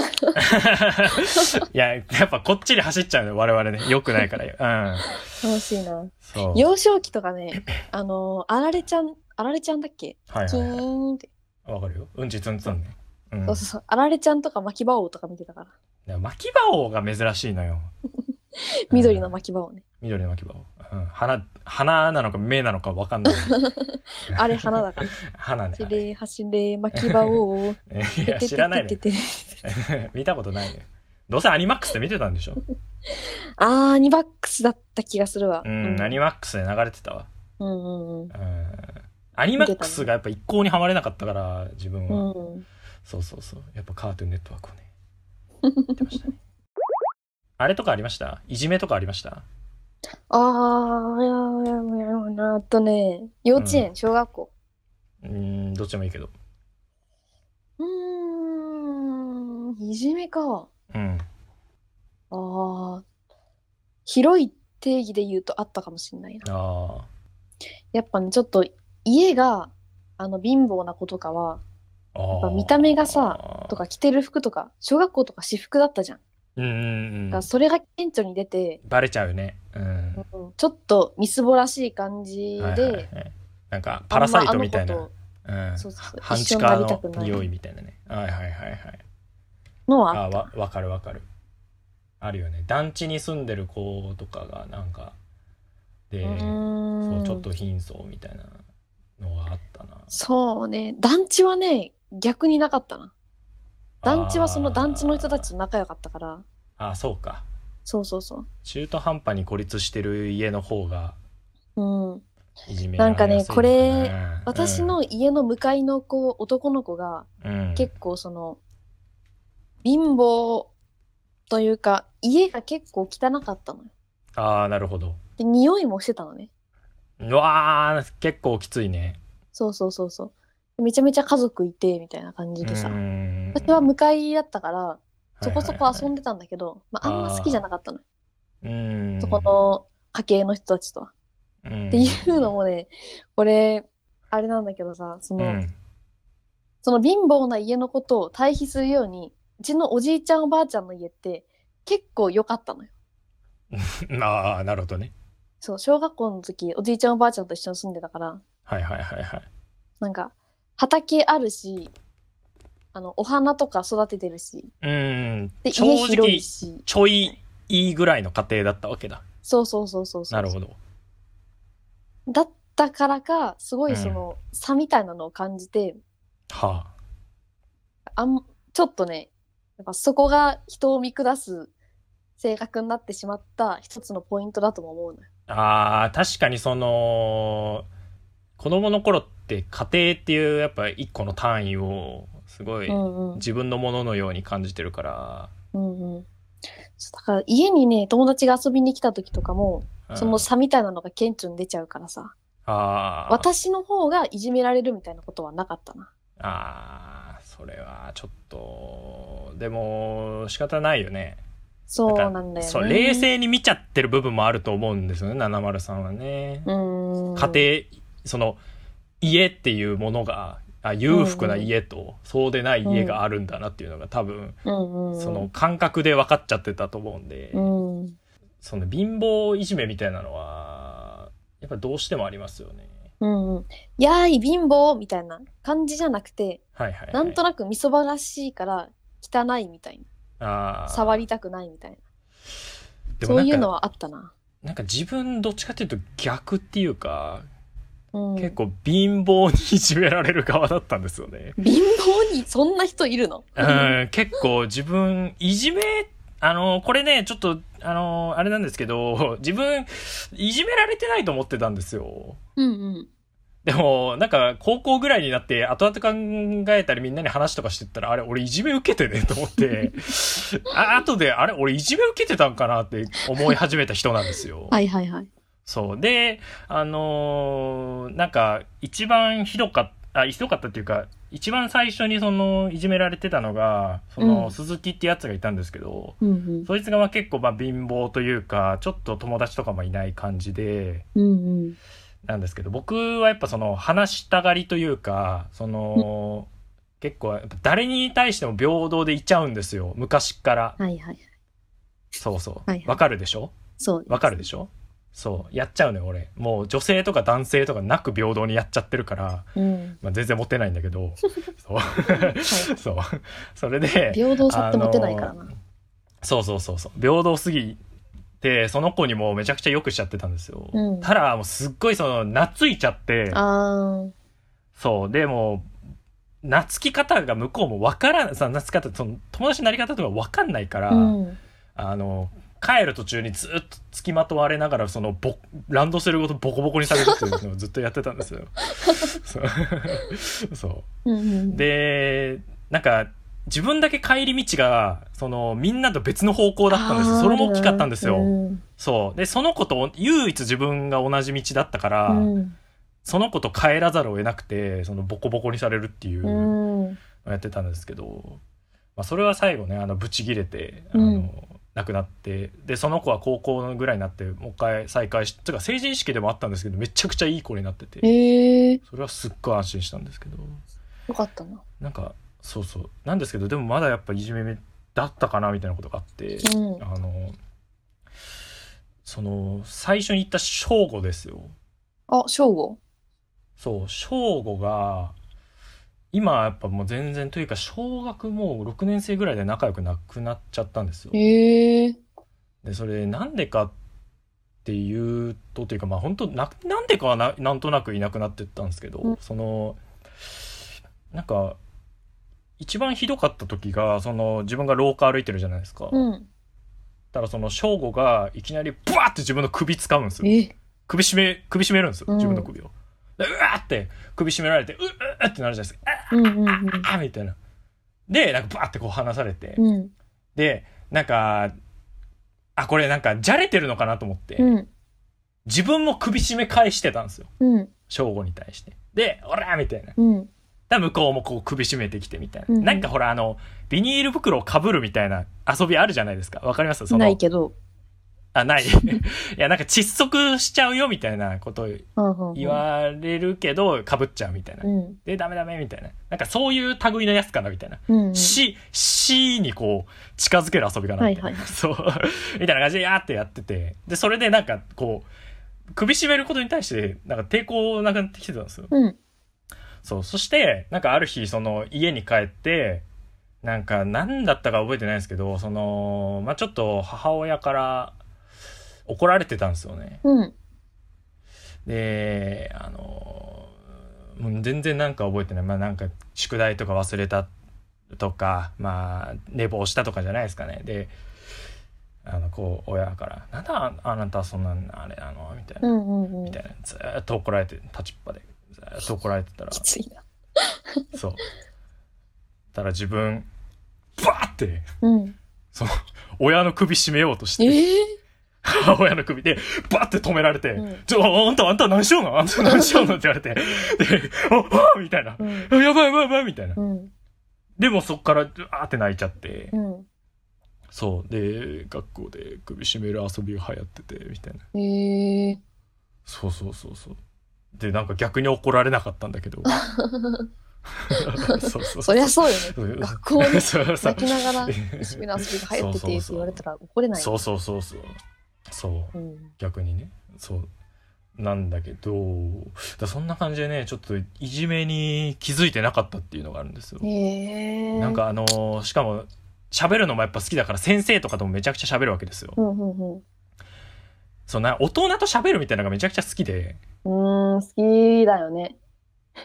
S2: いや、やっぱこっちに走っちゃうの、我々ね。良くないからよ。うん。
S3: 楽しいな。
S2: そう。
S3: 幼少期とかね、 あのーあられちゃん、あられちゃんだっけ
S2: はい
S3: キ
S2: はいは
S3: ーンって。
S2: い。わかるよ。うんちつんつんね。うん。
S3: そうそうそう。あられちゃんとか巻き場王とか見てたから。
S2: でも巻き場王が珍しいの よ。
S3: 緑の
S2: うん
S3: 巻き場王ね。
S2: 緑の巻き場王。うん。花、花なのか目なのかわ かんない。
S3: あれ花 だから。
S2: 花ね
S3: 走。れ走れ巻き場王。
S2: あれいや、知らない
S3: て
S2: ね。
S3: てててて
S2: 見たことないね。どうせアニマックスで見てたんでしょ
S3: あー、アニバックスだった気がするわ。
S2: うん、アニマックスで流れてたわ。
S3: うんうん
S2: うん。アニマックスがやっぱ一向にはまれなかったから、自分
S3: う
S2: は。
S3: ん。うん。
S2: そうそうそう。やっぱカートゥーンネットワークをね。見てました ね。あれとかありましたいじめとかありました
S3: あー、いやいやいやいや、あとね、幼稚園、小学校。
S2: うーん、どっちでもいいけど。
S3: うーん、いじめか。
S2: うん。
S3: あー、広い定義で言うとあったかもしれないな。
S2: あ
S3: やっぱね、ちょっと家が、あの、貧乏な子とかは、
S2: あ。や
S3: っぱ見た目がさと。か着てる服とか、小学校とか私服だったじゃん。
S2: うんうんう
S3: だか
S2: ん
S3: ら。それが顕著に出て、
S2: バレちゃうよね。うん。
S3: うんちょっとみすぼらしい感じ
S2: はいはいは
S3: で、
S2: いなんかパラサイトみたい
S3: あん
S2: な
S3: ま。
S2: うん
S3: そうそうそう
S2: 半
S3: 一
S2: 地
S3: 緒にな
S2: 下
S3: りたく
S2: の
S3: ない
S2: 匂いみたいなね。はいはいはいはい。
S3: あの子とのは
S2: あわわかるわかるあるよね団地に住んでる子とかがなんかで、
S3: うー
S2: そ
S3: ん
S2: うちょっと貧相みたいなのがあったな
S3: そうね団地はね逆になかったな団地はその団地の人たちと仲良かったから
S2: あーあーそうか
S3: そうそうそ
S2: 中途半端に孤立してる家の方が
S3: ううん
S2: いじめ
S3: なんか
S2: られ
S3: ね
S2: やすいのかな
S3: これ私の家の向かいの子男の子が
S2: うん
S3: 結構その貧乏というか家が結構汚かったのよ
S2: ああなるほど
S3: で匂いもしてたのね
S2: うわー結構きついね
S3: そうそうそうそうめちゃめちゃ家族いてみたいな感じでさ
S2: うん
S3: 私は向かいだったからそこそこ遊
S2: は
S3: んでたんだけど、まあ、あんま好きじゃなかったのよ
S2: いはいはいうん
S3: そこの家系の人たちとは。
S2: うん
S3: っていうのもね、これ、あれなんだけどさ、その、
S2: うん
S3: その貧乏な家のことを対比するように、うちのおじいちゃんおばあちゃんの家って結構良かったのよ。
S2: ああなるほどね
S3: そう、小学校の時、おじいちゃんおばあちゃんと一緒に住んでたから、
S2: はいはいはいはい
S3: なんか、畑あるし、あの、お花とか育ててるし、
S2: うん
S3: で、
S2: 正
S3: 家広
S2: 直
S3: いし、
S2: ちょいいいぐらいの家庭だったわけだ
S3: そうそうそうそうそう。
S2: なるほど
S3: だったからか、すごいその、差みたいなのを感じて、
S2: は
S3: あんちょっとねやっぱそこが人を見下す性格になってしまった一つのポイントだとも思うのよ。
S2: ああー確かにその子供の頃って家庭っていうやっぱ一個の単位をすごい
S3: うんうん
S2: 自分のもののように感じてるから、
S3: うんうん、そうだから家にね友達が遊びに来た時とかも
S2: うん
S3: その差みたいなのが顕著に出ちゃうからさ
S2: あー
S3: 私の方がいじめられるみたいなことはなかったな。
S2: あーそれはちょっとでも仕方ないよね
S3: そうなんだよね。
S2: そう冷静に見ちゃってる部分もあると思うんですよね703はね、
S3: うん
S2: 家庭その家っていうものがあ裕福な家とそうでない家があるんだなっていうのが多分
S3: うんうん、
S2: その感覚で分かっちゃってたと思うんで
S3: うん
S2: その貧乏いじめみたいなのはやっぱどうしてもありますよね。
S3: うんうん、やーい貧乏みたいな感じじゃなくて
S2: はいはいはい、
S3: なんとなくみそばらしいから汚いみたいな
S2: あー
S3: 触りたくないみたいな
S2: でも
S3: そう
S2: なん
S3: い
S2: か
S3: うのはあったな。
S2: なんか自分どっちかっていうと逆っていうか、
S3: うん、
S2: 結構貧乏にいじめられる側だったんですよね。
S3: 貧乏にそんな人いるの
S2: うん、結構自分、いじめ、あの、これね、ちょっと、あの、あれなんですけど、自分、いじめられてないと思ってたんですよ。
S3: うんうん。
S2: でも、なんか、高校ぐらいになって、後々考えたりみんなに話とかしてったら、あれ、俺いじめ受けてね、と思って、あ、後で、あれ、俺いじめ受けてたんかなって思い始めた人なんですよ。
S3: はいはいはい。
S2: そう。で、あのーなんか、一番ひどかった、あ、ひどかったっていうか、一番最初にその、いじめられてたのが、その、
S3: うん
S2: 鈴木ってやつがいたんですけど、
S3: うん
S2: そいつがまあ結構まあ貧乏というか、ちょっと友達とかもいない感じで、
S3: うん。うんうん。
S2: なんですけど、僕はやっぱその、話したがりというか、その、結構、誰に対しても平等でいっちゃうんですよ。昔から。
S3: はいはい。
S2: そうそ。
S3: はいはいう
S2: わかるでしょ
S3: そうです。
S2: わかるでしょそうやっちゃうのよ俺もう女性とか男性とかなく平等にやっちゃってるから、
S3: うん。
S2: まあ、全然モテないんだけ どそう
S3: はい
S2: そうそれで
S3: 平等さって持てないからな。
S2: そうそうそうそう平等すぎてその子にもうめちゃくちゃよくしちゃってたんですよ、
S3: うん
S2: ただもうすっごいその懐いちゃって
S3: あ
S2: そうでもう懐き方が向こうもわからんさ懐き方その友達のなり方とかわかんないから、
S3: あ。うん。
S2: あの、帰る途中にずっと付きまとわれながら、そのボ、ランドセルごとボコボコにされるっていうのをずっ とやってたんですよ。そう。そ
S3: うんうんうん
S2: う。で、なんか、自分だけ帰り道が、その、みんなと別の方向だったんですよ。それも大きかったんですよ。
S3: うん
S2: そう。で、その子と唯一自分が同じ道だったから、
S3: うん
S2: その子と帰らざるを得なくて、その、ボコボコにされるっていうう、
S3: ん
S2: やってたんですけど、まあ、それは最後ねあのブチ切れてあ
S3: う
S2: の
S3: ん、
S2: 亡くなってでその子は高校ぐらいになってもう一回再会してか成人式でもあったんですけどめちゃくちゃいい子になってて
S3: へえ
S2: それはすっごい安心したんですけど
S3: よかったな。
S2: なんかそうそうなんですけどでもまだやっぱいじめだったかなみたいなことがあって、
S3: うん。
S2: あのその最初に言った正吾ですよ
S3: あ、正吾。
S2: そう正吾が今やっぱもう全然というか小学もう6年生ぐらいで仲良くなくなっちゃったんですよ。
S3: へえ。
S2: でそれなんでかっていうとというかまあ本当ななんでかはななんとなくいなくなってったんですけど、
S3: うん
S2: そのなんか一番ひどかった時がその自分が廊下歩いてるじゃないですか、
S3: うん。
S2: たらその正吾がいきなりブワーって自分の首掴むんですよ
S3: え、
S2: 首絞め首絞めるんですよ
S3: うん
S2: 自分の首を、でうわーって首絞められてうううってなるじゃないですか
S3: うんうん
S2: あーみたいなでなんかバーってこう離されて、
S3: うん。うん。
S2: でなんかあこれなんかじゃれてるのかなと思って、
S3: うん。
S2: 自分も首絞め返してたんですよ
S3: うん。
S2: 正吾に対してで「おら!」みたいな
S3: うん。
S2: だ向こうもこう首絞めてきてみたいな、
S3: うん
S2: なんかほらあのビニール袋をかぶるみたいな遊びあるじゃないですかわかりますその
S3: ないけど。
S2: あない いやなんか窒息しちゃうよみたいなこと
S3: うんうんうん
S2: 言われるけどかぶっちゃうみたいな、
S3: うん。
S2: でダメダメみたいななんかそういう類のやつかなみたいな
S3: うん。
S2: し、しにこう、近づける遊びかなみたいな。
S3: はいは
S2: そう。 みたいな感じで、やーってやってて。で、それでなんか、こう、首絞めることに対して、なんか抵抗なくなってきてたんですよ。
S3: うん。
S2: そう。そして、なんかある日、その、家に帰って、なんか、何だったか覚えてないんですけど、その、まあちょっと母親から怒られてたんですよね。
S3: うん。
S2: で、あの、もう全然なんか覚えてない。まあなんか宿題とか忘れたとか、まあ寝坊したとかじゃないですかね。で、あの、こう、親から、なんだああなたそんな、あれなのみたいな
S3: う、んうんうん
S2: みたいな。ずーっと怒られて、立ちっぱで、ずーっと怒られてたら
S3: き、ついな。
S2: そう。たら自分、バーって、
S3: うん。
S2: その、親の首絞めようとして、
S3: ええ。
S2: 母 親の首で、バッて止められて、
S3: うん
S2: ちょ、あんた、あんた何しようのあんた 何しようのって言われて、で、あ、あみたいな
S3: う。ん。
S2: あやばいやばいやばいみたいな。
S3: うん。
S2: でもそっから、あーって泣いちゃって
S3: う、ん。
S2: そう。で、学校で首絞める遊びが流行ってて、みたいな。
S3: ええ。
S2: そうそうそうそう。で、なんか逆に怒られなかったんだけ ど。そうそう
S3: そりゃそうよね。
S2: うん
S3: 学校で
S2: そうそう
S3: 泣きながら一緒の遊びが流行っててって言われたら怒れない。
S2: そうそうそうそう。そう。
S3: うん。
S2: 逆にねそうなんだけどだそんな感じでねちょっといじめに気づいてなかったっていうのがあるんですよ、
S3: ええ。
S2: なん。かあのーしかも喋るのもやっぱ好きだから先生とかともめちゃくちゃ喋るわけですよ、
S3: うんうん
S2: そうな大人と喋るみたいなのがめちゃくちゃ好きで
S3: うん。うーん、好きだよね。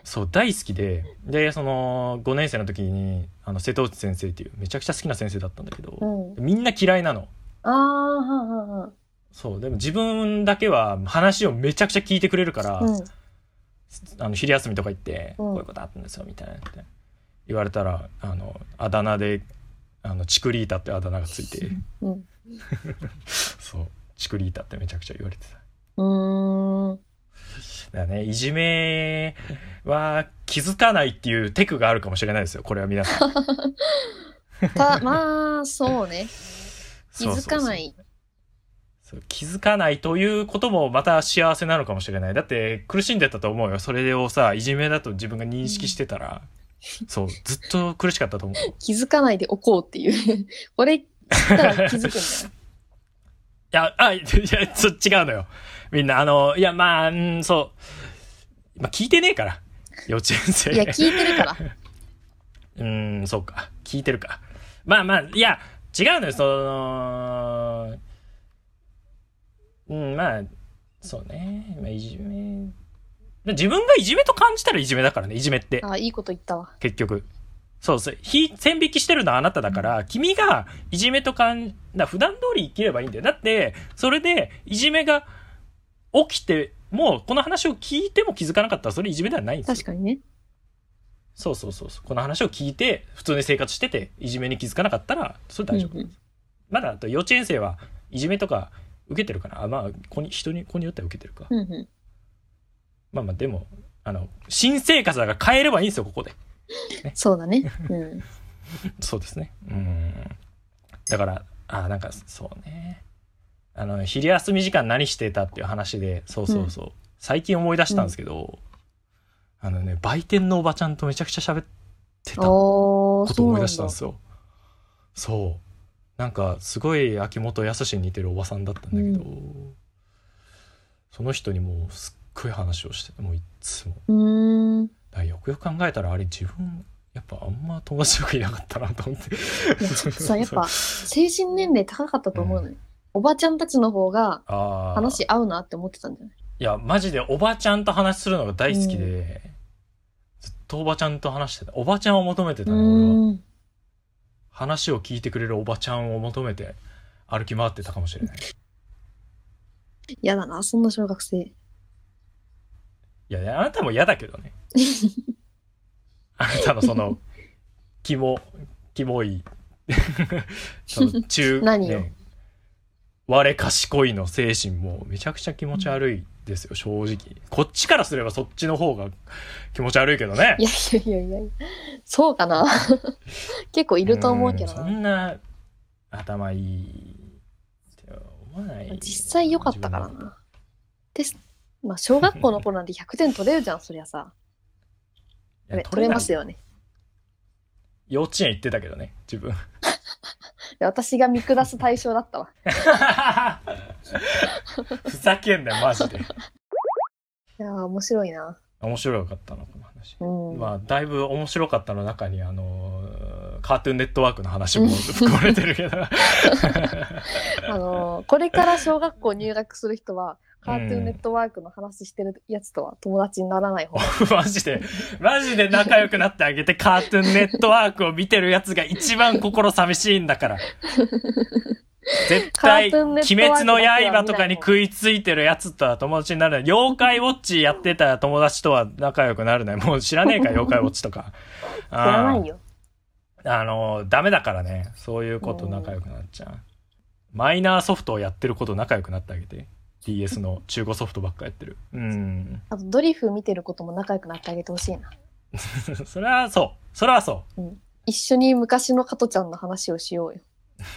S2: そう大好きででその5年生の時にあの瀬戸内先生っていうめちゃくちゃ好きな先生だったんだけ
S3: う
S2: ど、
S3: ん。
S2: みんな嫌いなの
S3: ああ、はんはんはん。
S2: そうでも自分だけは話をめちゃくちゃ聞いてくれるから、
S3: うん。
S2: あの昼休みとか行って、
S3: うん
S2: こういうことあったんですよみたいなって言われたらあのあだ名であのチクリータってあだ名がつい て
S3: うん。
S2: そうチクリータってめちゃくちゃ言われてた
S3: うーん。
S2: だからねいじめは気づかないっていうテクがあるかもしれないですよこれは皆 さん
S3: た、まあ、そうね。気づかない。
S2: そう気づかないということもまた幸せなのかもしれない。だって苦しんでたと思うよ。それをさ、いじめだと自分が認識してたら、そう、ずっと苦しかったと思う。い
S3: 気づかないでおこうっていう。 これ、知ったら気づくんだよ。
S2: や、あ、い や、そ違うのよ。みんな、あの、いや、まあ、うん、そう。まあ、聞いてねえから。幼稚園生。
S3: い や、聞いてるから。
S2: うーん、そうか。聞いてるか。まあまあ、いや、違うのよ、その、うん、まあ、そうね。まあ、いじめ。自分がいじめと感じたらいじめだからね、いじめって、
S3: あ、いいこと言ったわ。
S2: 結局。そうそう。ひ、線引きしてるのはあなただから、君がいじめと感じ、だ普段通り生きればいいんだよ。だって、それで、いじめが起きて、もう、この話を聞いても気づかなかったら、それいじめではないんですよ
S3: 確かにね。
S2: そうそうそうそう。この話を聞いて、普通に生活してて、いじめに気づかなかったら、それ大丈夫。
S3: うんうん
S2: まだ、あと幼稚園生はいじめとか受けてるから、あまあ、子に、人に、子によっては受けてるか。
S3: うんうん。
S2: まあまあ、でも、あの、新生活だから変えればいいんですよ、ここで。
S3: そうだ ね。うん。
S2: そうですね。うん。だから、あなんか、そうね。あの、昼休み時間何してたっていう話で、そうそうそう。最近思い出したんですけど、あのね、売店のおばちゃんとめちゃくちゃ喋ってた。
S3: おー、
S2: ことを
S3: そう
S2: 思い
S3: なん
S2: 出したん
S3: だ
S2: で。すよ。そう。なんかすごい秋元康に似てるおばさんだったんだけど、
S3: う
S2: その人にもうすっごい話をしてもういっつも。
S3: うーん。
S2: だからよくよく考えたらあれ自分やっぱあんま友達よくいなかったなと思って。
S3: いや、ちょっとさ、や っぱ、精神年齢高かったと思うのよ。おばちゃんたちの方が
S2: あー
S3: 話合うなって思ってたんじゃない
S2: いやマジでおばちゃんと話するのが大好きで、ずっとおばちゃんと話してたおばちゃんを求めてたね俺は
S3: うーん。
S2: 話を聞いてくれるおばちゃんを求めて歩き回ってたかもしれない
S3: 嫌だな、そんな小学生。
S2: いや、あなたも嫌だけど ね。あなたのその、キモ、キモい、そ の中、
S3: 何よ
S2: ね我賢いの精神もめちゃくちゃ気持ち悪いですよ、正直。こっちからすればそっちの方が気持ち悪いけどね
S3: い。やいやいやいやそうかな。 結構いると思うけど
S2: んそ
S3: な。
S2: んな頭いいって思わない。
S3: 実際良かったからな。です。まあ、小学校の頃なんて100点取れるじゃん、そりゃさ。
S2: 自分の。いや
S3: 取れます。よね。
S2: ない幼稚園行ってたけどね、自分。
S3: で私が見下す対象だったわ。
S2: ふざけんなよ、マジで。
S3: いやー、面白いな。
S2: 面白かったなこの話、
S3: うん。
S2: まあだいぶ面白かったの中にあのーカートゥーンネットワークの話も 含まれてるけど
S3: あのーこれから小学校入学する人は、カートゥーンネットワークの話してるやつとは友達にならない方が。
S2: マジでマジで仲良くなってあげてカートゥーンネットワークを見てるやつが一番心寂しいんだから絶対「
S3: カートゥーンネ
S2: 鬼
S3: ットワー
S2: 滅
S3: ク
S2: の
S3: だけは見ない
S2: 刃」とかに食いついてるやつとは友達になれない妖怪ウォッチやってた友達とは仲良くなれないもう知らねえか妖怪ウォッチとか知
S3: 知らないよ。
S2: あの、ダメだからね。そういうこと仲良くなっちゃう。マイナーソフトをやってること仲良くなってあげて。DS の中古ソフトばっかやってる。うん。
S3: あと、ドリフ見てることも仲良くなってあげてほしいな。
S2: それはそう。それはそ
S3: 一緒に昔の加トちゃんの話をしようよ。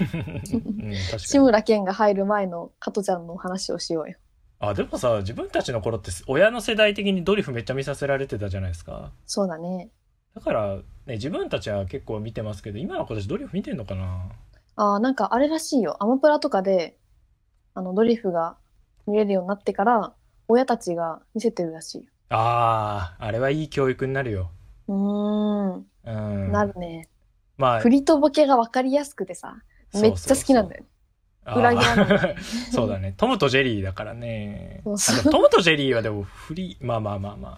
S2: う。 うん、確
S3: 志
S2: かに。
S3: 村けんが入る前の加トちゃんの話をしようよ。
S2: あ、でもさ、自分たちの頃って親の世代的にドリフめっちゃ見させられてたじゃないですか。
S3: そうだね。
S2: だから、ね、自分たちは結構見てますけど、今の子たちドリフ見てんのかな
S3: ああ、なんかあれらしいよ。アマプラとかで、あの、ドリフが見れるようになってから、親たちが見せてるらしいよ。
S2: あー、あれはいい教育になるよ。
S3: うーん、
S2: うん。
S3: なるね。
S2: まあ、
S3: 振りとボケが分かりやすくてさ、めっちゃ好きなんだよね。
S2: あー。
S3: 裏切らない
S2: そうだね。トムとジェリーだからね。
S3: そうそ
S2: あ
S3: う
S2: でもトムとジェリーはでもフリー、まあまあまあまあ。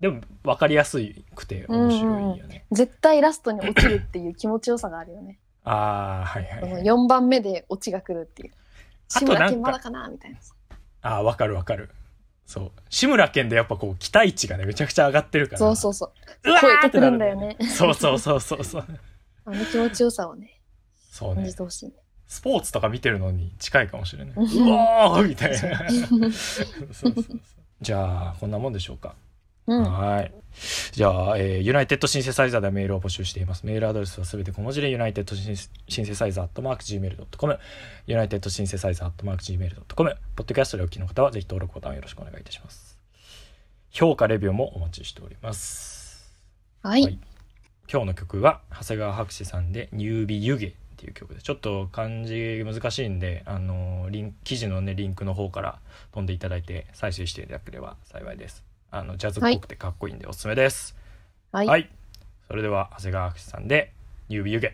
S2: でも分かりやすくて面白いよね。
S3: 絶対ラストに落ちるっていう気持ちよさがあるよね。
S2: ああ、はいは
S3: こ
S2: い
S3: の
S2: はい。
S3: 4番目で落ちが来るっていう。
S2: あ
S3: 志
S2: となんか
S3: 村けんまだかなみたいなさ。
S2: ああ、わかるわかる。そう志村けんでやっぱこう期待値がねめちゃくちゃ上がってるから
S3: そうそうそう
S2: うわ
S3: 声
S2: ー
S3: 出
S2: って
S3: て
S2: な
S3: る
S2: る
S3: ん
S2: んだ
S3: だ
S2: よ
S3: よ
S2: ね
S3: ね
S2: そうそうそうそうそう
S3: あの気持ちよさをね
S2: そう
S3: 感
S2: ね
S3: じてほしいね
S2: スポーツとか見てるのに近いかもしれ ない。う
S3: うん
S2: わーみたいな。そうそうそうじゃあこんなもんでしょうか。
S3: うん
S2: はい。じゃあ、えー、ユナイテッドシンセサイザーではメールを募集しています。メールアドレスはすべて小文字でユナイテッドシンセシンセサイザーアットマーク Gmail.com、ユナイテッドシンセサイザーアットマーク Gmail.com、ポッドキャストでお聞きの方はぜひ登録ボタンをよろしくお願いいたします。評価、レビューもお待ちしております。
S3: はい、
S2: はい今日の曲は長谷川博士さんで「入美湯気」っていう曲ですちょっと漢字難しいんであのリン記事のねリンクの方から飛んでいただいて再生していただければ幸いですあのジャズっぽくてかっこいいんでおすすめです
S3: はい
S2: はい、それでは長谷川博士さんで「入美湯気」